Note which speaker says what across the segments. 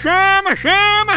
Speaker 1: chama, chama!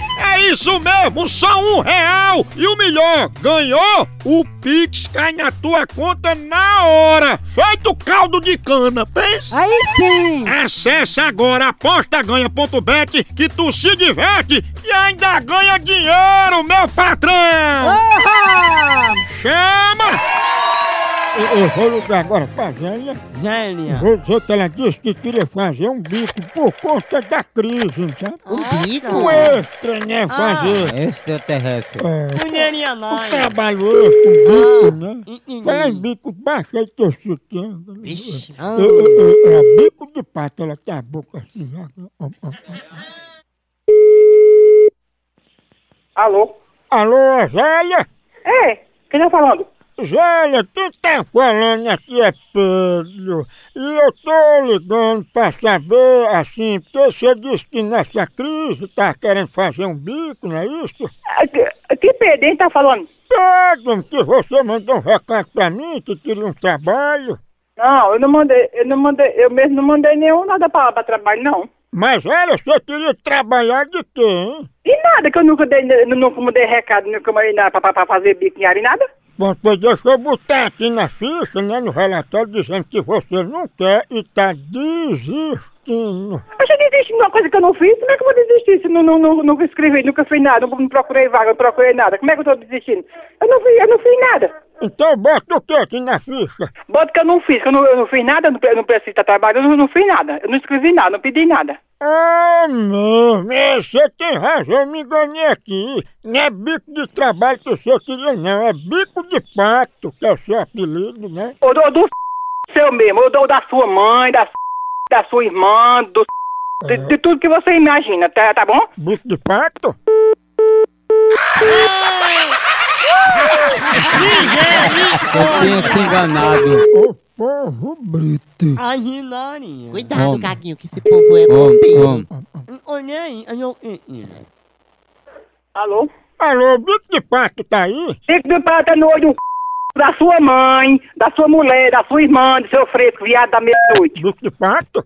Speaker 1: É isso mesmo, só um real! E o melhor, ganhou? O Pix cai na tua conta na hora! Feito caldo de cana, pensa!
Speaker 2: Aí sim!
Speaker 1: Acesse agora apostaganha.bet que tu se diverte e ainda ganha dinheiro, meu patrão!
Speaker 2: Oba!
Speaker 1: Chama! Eu, eu vou ligar agora pra velha.
Speaker 3: Gênia.
Speaker 1: Vou dizer que ela disse que queria fazer um bico por conta da crise, sabe?
Speaker 3: Ah.
Speaker 4: Um bico?
Speaker 1: Um
Speaker 3: é
Speaker 1: extra, né? Fazer.
Speaker 3: Extraterrestre.
Speaker 1: É,
Speaker 3: Gênia
Speaker 1: um
Speaker 3: nós.
Speaker 1: trabalho extra, um bico, né? Fala em bico, baixa aí teu sutiã.
Speaker 4: Vixe.
Speaker 3: Ah,
Speaker 1: É, é, é, é bico de pato, ela tem a boca assim. ó, ó, ó, ó.
Speaker 5: Alô?
Speaker 1: Alô, Zélia?
Speaker 5: É, quem tá falando?
Speaker 1: Zélia, quem tá falando aqui é Pedro. E eu tô ligando pra saber, assim, porque você disse que nessa crise tá querendo fazer um bico, não é isso?
Speaker 5: Ah, Que, que Pedro, hein, tá falando?
Speaker 1: Pedro, que você mandou um recado pra mim que queria um trabalho.
Speaker 5: Não, eu não mandei, eu não mandei, eu mesmo não mandei nenhum nada pra, pra trabalho, não.
Speaker 1: Mas olha, você queria trabalhar de quê, hein?
Speaker 5: E nada, que eu nunca dei, nu- nunca mandei recado, nunca mandei nada pra, pra, pra fazer bico em área, e nada.
Speaker 1: Bom, pois deixa eu botar aqui na ficha, né, no relatório, dizendo que você não quer e tá desistindo.
Speaker 5: Mas eu desisti de uma coisa que eu não fiz, como é que eu vou desistir se eu não, não, não, nunca escrevi, nunca fiz nada, não, não procurei vaga, não procurei nada, como é que eu tô desistindo? Eu não fiz, eu não fiz nada.
Speaker 1: Então bota o que aqui na ficha?
Speaker 5: Bota que eu não fiz, que eu não, eu não fiz nada, eu não, pre- eu não preciso estar trabalhando, eu não, não fiz nada, eu não escrevi nada, não pedi nada.
Speaker 1: Ah, não, é, você tem razão, eu me enganei aqui. Não é bico de trabalho que você queria, não, é bico de pato, que é o seu apelido, né?
Speaker 5: Ou do, do seu mesmo, ou do, da sua mãe, da, da sua irmã, do de, de tudo que você imagina, tá, tá bom?
Speaker 1: Bico de pato?
Speaker 3: Eu tinha se enganado.
Speaker 1: O povo brito.
Speaker 3: A Ginani.
Speaker 4: Cuidado,
Speaker 3: Om.
Speaker 4: Gaguinho, que esse povo é bombinho.
Speaker 3: Om, om. Olhei, olhei.
Speaker 5: Alô?
Speaker 1: Alô, bico de pato tá aí?
Speaker 5: Fica de prata no olho do um da sua mãe, da sua mulher, da sua irmã, do seu fresco, viado da meia-noite.
Speaker 1: Bico de pato?